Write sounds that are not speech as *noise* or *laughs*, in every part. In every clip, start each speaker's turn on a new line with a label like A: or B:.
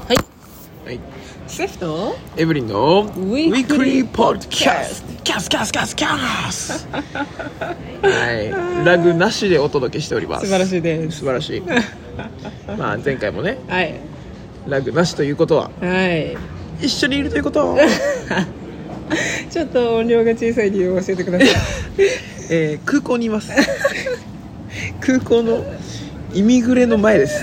A: はい、
B: セフト
A: エブリンのウ
B: ィ
A: ィ
B: ー
A: ー
B: ク
A: ク
B: リ
A: リ
B: ー
A: ー
B: ポッ
A: ポ
B: ド
A: ッド
B: キ
A: キ
B: ャ
A: ャ
B: ス
A: ストキャスキャスキャスキャスはいラグなしでお届けしております
B: 素晴らし
A: い
B: いです
A: 素晴らしいまあ前回もね
B: はい
A: ラグなしということは
B: はい
A: 一緒にいるという *laughs* こと、
B: ちょっと音量が小さい理由を教えてくだ *laughs* さい
A: えー空港にいます空港のイミグレの前です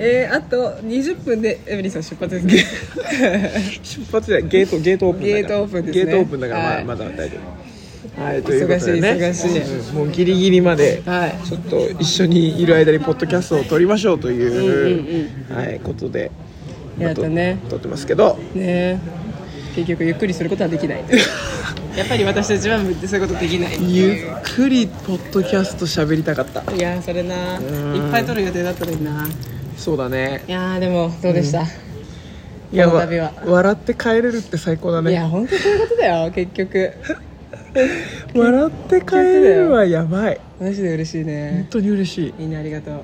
B: えー、あと20分でエブリンさん出発です *laughs* ね
A: 出発でゲートゲートオープンだから
B: ゲートオープンですね
A: ゲートオープンだから、まあ
B: はい
A: まだ大丈夫はいということでね
B: 忙しい忙し
A: うんもうギリギリまで
B: はい
A: ちょっと一緒にいる間にポッドキャストを撮りましょうという、
B: う
A: はい、ことで
B: やったね
A: 撮撮ってますけど
B: ね結局ゆっくりすることはできない *laughs* やっぱり私たちはそういうことできない
A: ゆっくりポッドキャスト喋りたかった
B: いやーそれな
A: うん
B: いっぱい撮る予定だったのにな
A: そうだね
B: いやーでもどうでした、
A: いや
B: この
A: わ
B: 度は
A: 笑って帰れるって最高だ
B: い
A: ね
B: や本当そういうことだよ結局
A: 笑って帰れるはやばい
B: マジで嬉しい
A: 本
B: ね
A: 当に嬉し
B: みんなありがとう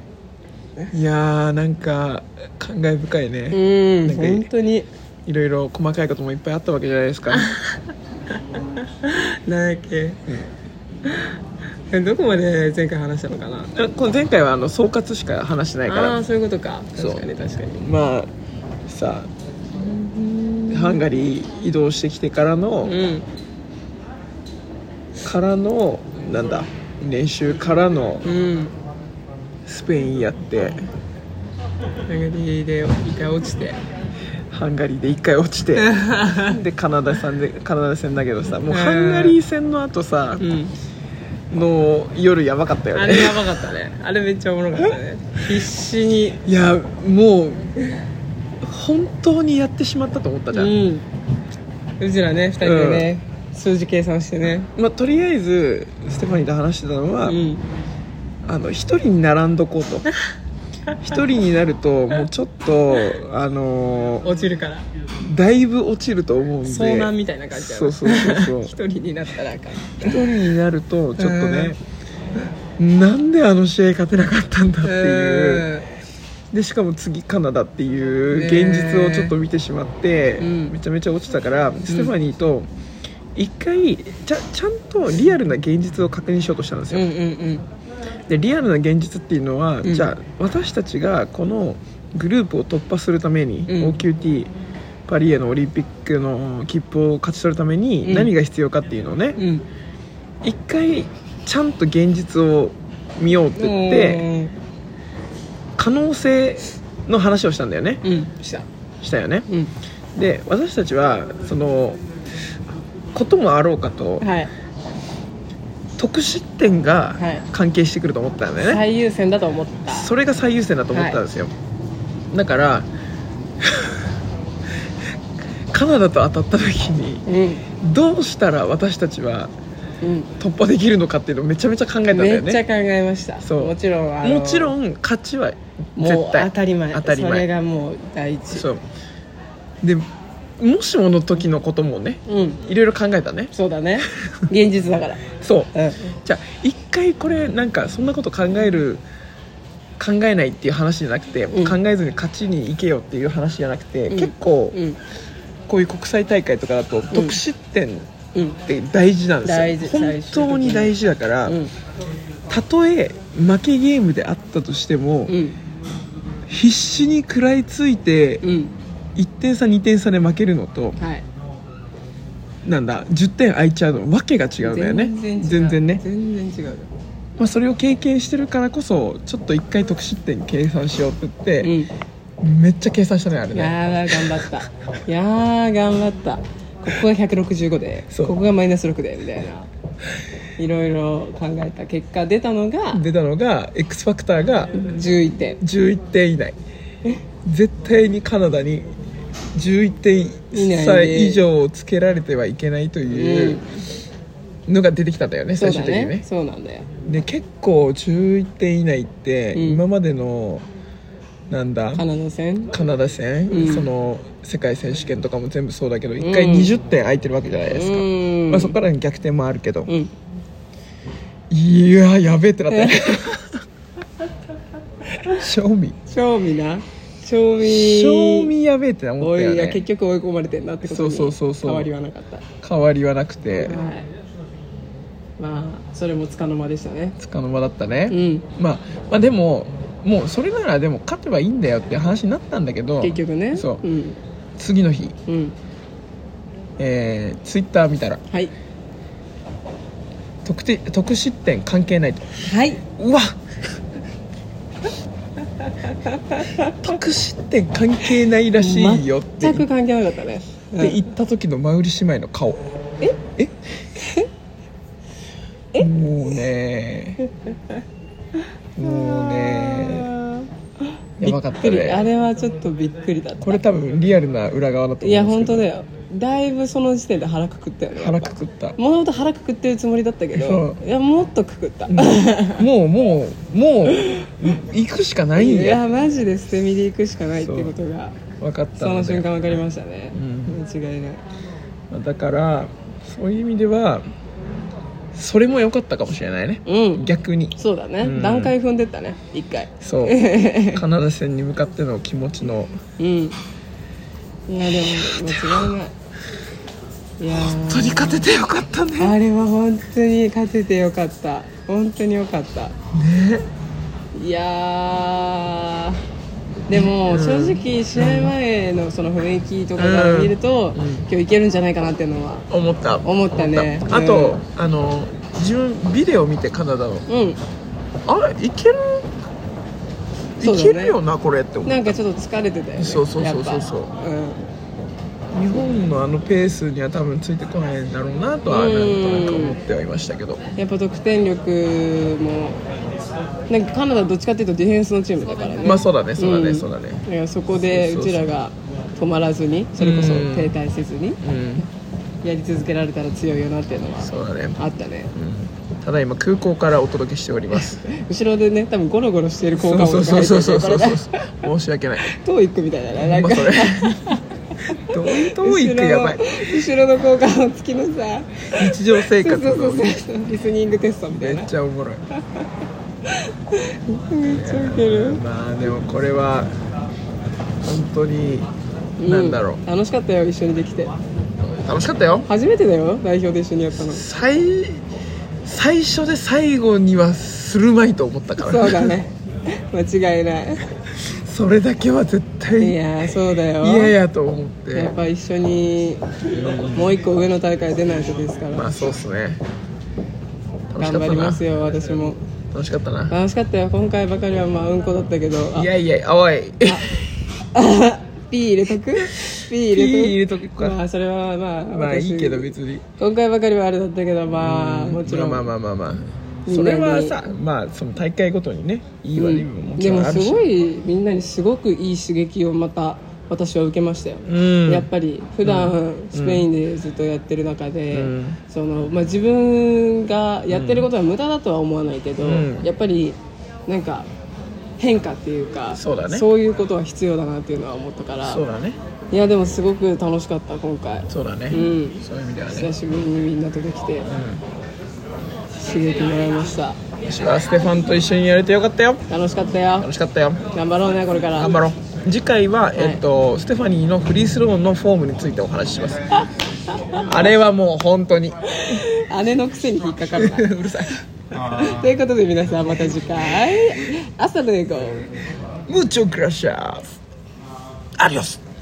A: いいやーなんか感慨深いね、
B: うん
A: なんかいい
B: 本当に
A: いろいろ細かいこともいっぱいあったわけじゃないですか
B: *laughs* なんだっけ、どこまで前回話したのかな
A: あこの前回はあの総括しか話してないか
B: ああ
A: ら
B: ーそういうことか
A: そう
B: 確かに確かに
A: まあさハンガリー移動してきてからの、
B: うん
A: からのなんだ練習からの
B: うん
A: スペインやって
B: 流れで一回落ちて
A: ハンガリーで1回落ちてでカナダ戦でカナダ戦だけどさも
B: えー
A: うハンガリー戦の後さ
B: うん
A: の夜やばかったよ
B: あれ
A: ね
B: やばかったねあれめっちゃおもろかった
A: *laughs*
B: ね必死に
A: いやもう本当にやってしまったと思ったじゃん、
B: うんうちらね2人でね、数字計算してね
A: まあ、とりあえずステファニーと話してたの
B: う
A: は、
B: ん
A: あの一人に並んどこ
B: *laughs*
A: うと一人になるともうちょっとあのー
B: 落ちるから
A: だいぶ落ちると思うんで
B: 遭難みたいな感じだ
A: そうそうそうそう
B: *laughs* 一人になったらあかん
A: 一人になるとちょっとね、なんであの試合勝てなかったんだっていう、でしかも次カナダっていう
B: ね
A: 現実をちょっと見てしまって、
B: うん
A: めちゃめちゃ落ちたから、ステファニーと一回ちゃちゃんとリアルな現実を確認しようとしたんです
B: うん
A: よ、
B: うんうん
A: でリアルな現実っていうのは、
B: うん
A: じゃあ私たちがこのグループを突破するために、
B: うん
A: OQT パリへのオリンピックの切符を勝ち取るため
B: うん
A: に何が必要かっていうのをね、
B: うん
A: 一回ちゃんと現実を見ようって言って可能性の話をしたんだよね
B: うんうんした
A: したよね
B: うん
A: で私たちはそのこともあろうかと
B: はい
A: 得失点が
B: はい
A: 関係してくると思ったんだよね、
B: 最優先だと思った
A: それが最優先だと思ったんですよ、だから *laughs* カナダと当たった時に
B: うん
A: どうしたら私たちは
B: うん
A: 突破できるのかっていうのをめちゃめちゃ考えたんだ
B: め
A: よ
B: っちゃ
A: ね
B: 考えました
A: そう
B: もちろんあの
A: もちろん勝ちは
B: もう
A: 絶対
B: 当たり前
A: 当たり前
B: それがもう第一
A: そうでもしもの時のこともね
B: うん
A: いろいろ考えたね
B: そうだ
A: *laughs*
B: ね現実だから
A: そう
B: うん
A: じゃあ一回これなんかそんなこと考える考えないっていう話じゃなくて、
B: うん
A: 考えずに勝ちに行けよっていう話じゃなくて、
B: うん
A: 結構
B: うん
A: こういう国際大会とかだと得失点
B: うん
A: って大事なん
B: 大
A: で
B: 事
A: すよ、
B: 最終
A: 本
B: 的に
A: 当に大事だから、
B: うん
A: たとえ負けゲームであったとしても、
B: うん
A: 必死に食らいついて
B: うん
A: 1点差2点差で負けるのと
B: はい
A: なんだ10点空いちゃうのわけが違うんだよね
B: 全然違う
A: ね、
B: 全然違うよ
A: まあ、それを経験してるからこそちょっと1回得失点計算しようって言
B: うん
A: って、めっちゃ計算したねあれ
B: い
A: ね
B: やー頑張ったいやー頑張ったここが165で
A: そう
B: ここがマイナス6でみたいないろいろ考えた結果出たのが
A: 出たのが X ファクターが
B: 11点
A: 11点以内絶対にカナダに11点差以上をつけられてはいけないというのが出てきたんだよね、
B: そう
A: 最終
B: だ
A: 的に
B: ね
A: ね
B: そうなんだよ
A: で結構11点以内って
B: うん
A: 今までの、なんだ
B: カナダ戦
A: カナダ戦、
B: うん
A: その世界選手権とかも全部そうだけど
B: ん
A: 1回20点空いてるわけじゃないですか、
B: うん
A: まあ、そこからの逆転もあるけど、
B: うん
A: いややべえってなったよね *laughs* 賞味
B: 賞味な賞味
A: 賞味やべえって思っ
B: お
A: たよ
B: いや
A: ね
B: 結局追い込まれてんなってことに
A: そうそうそうそう
B: 変わりはなかった、は
A: 変わりはなくて
B: い、まあそれもつかの間でしたね
A: つかの間だったね、
B: うん
A: まあ、まあでももうそれならでも勝てばいいんだよっていう話になったんだけど
B: 結局ね
A: そう
B: うん
A: 次の日、
B: うん
A: えー、ツイッター見たら
B: はい
A: 得点得失点関係ないと
B: はいう
A: わ得失点関係ないらしいよって
B: 全く関係なかったね
A: で行った時の真売り姉妹の顔ええもうねもうねやばかった
B: びっくりあ
A: ね
B: れはちょっとびっくりだった
A: これ多分リアルな裏側だと思うんですけど
B: いや本当だよだいぶその時点で腹くくったよね
A: 腹くくった
B: も
A: *laughs*
B: ともと腹くくってるつもりだったけど
A: そう
B: いやもっとくくった、
A: もうもうもう行くしかないん
B: い
A: だ
B: や
A: よ
B: マジで捨て身で行くしかないってことが
A: 分かっ
B: そ
A: た
B: の
A: の
B: 瞬
A: で
B: 間分かりましたね、
A: うん
B: 間違いない
A: だからそういう意味ではそれも良かったかもしれないね
B: うん
A: 逆に
B: そうだね、
A: うん
B: 段階踏んでったね一回
A: *laughs* そうカナダ戦に向かっての気持ちの
B: うんいやでも間違いないいやー
A: 取り勝ててよかったね
B: あれは本当に勝ててよかった本当によかったねいやーでも正直試合前のその雰囲気とかから見ると、
A: うんうん
B: 今日いけるんじゃないかなっていうのは
A: 思った
B: 思ったね
A: あと、あの自分ビデオ見てカナダ
B: う
A: の
B: ん
A: あれいける、
B: そう
A: い
B: だね
A: けるよなこれって思
B: な
A: うん
B: かちょっと疲れてたよね
A: そうそうそうそう
B: やっぱうん
A: 日本のあのペースには多分ついてこないんだろうなとはなんとなく思ってはいましたけど
B: やっぱ得点力もなんかカナダどっちかっていうとディフェンスのチームだからね
A: まあそうだねそうだね
B: ん
A: そうだね
B: だからそこで
A: そう
B: う
A: そう
B: ち
A: そう
B: らが止まらずにそれこそ
A: うん
B: 停滞せずに
A: うん
B: やり続けられたら強いよなっていうのは
A: そうだね、
B: あったね
A: うん、ただ今空港からお届けしております
B: *laughs* 後ろでね多分ゴロゴロしてる効
A: そ
B: 果
A: う
B: 音
A: そ
B: とか
A: う
B: 入
A: そ
B: っ
A: う
B: てて
A: そうそうそう
B: これね
A: 申し訳ない
B: トーイックみたいだね
A: ほ
B: なんん
A: ま
B: か
A: それ *laughs* どういう遠いくやばい
B: 後ろの後ろの効果音付きのさ
A: 日常生
B: そう
A: 活
B: そうそ
A: の
B: うそうリスニングテストみた
A: め
B: いな
A: っちゃおもろい
B: めっちゃウケる
A: まあでもこれは本当になんだろう、
B: 楽しかったよ一緒にできて
A: 楽しかったよ
B: 初めてだよ代表で一緒にやったの
A: 最最初で最後にはするまいと思ったから
B: そうだね間違いない
A: それだけは絶対
B: い
A: 嫌
B: やーそうだよ
A: やと思って
B: やっぱ一緒にもう一個上の大会出ないとですから、
A: まあそうっすね楽しか
B: 頑張
A: った
B: り
A: な
B: ますよ私も
A: 楽しかったな
B: 楽しかったよ今回ばかりはまあうんこだったけどあ
A: いやいやあおい
B: *laughs* ピー入れ
A: *laughs*
B: とくピー入れとく
A: ピー入れとくか
B: まあそれはまあ
A: まあいいけど
B: 私
A: 別に
B: 今回ばかりはあれだったけどまあもちろん
A: まあまあまあまあまあ
B: み
A: そ
B: んな
A: れ
B: に
A: はさまあその大会ごとにねいい悪いももち
B: で
A: ろん
B: も
A: ある
B: す
A: し、
B: ごいみんなにすごくいい刺激をまた私は受けましたよ、
A: うん
B: やっぱり普段スペインでずっとやってる中で、
A: うん
B: そのまあ、自分がやってることは無駄だとは思わないけど、
A: うん
B: やっぱりなんか変化っていうか
A: そうだね
B: いうことは必要だなっていうのは思ったから
A: そうだね
B: いやでもすごく楽しかった今回、
A: そうだね、
B: うん
A: そういう意味ではね
B: 久しぶりにみんなとできて、刺激もらいました
A: 私はステファンと一緒にやれてよかったよ
B: 楽しかったよ
A: 楽しかったよ
B: 頑張ろうねこれから
A: 頑張ろう次回は、えっと、ステファニーのフリースローのフォームについてお話ししますあれはもう本当に *laughs*
B: 姉のくせに引っかかるな
A: うるさい
B: ということで皆さんまた次回朝の英語を
A: ムーチョグラシャスアディオス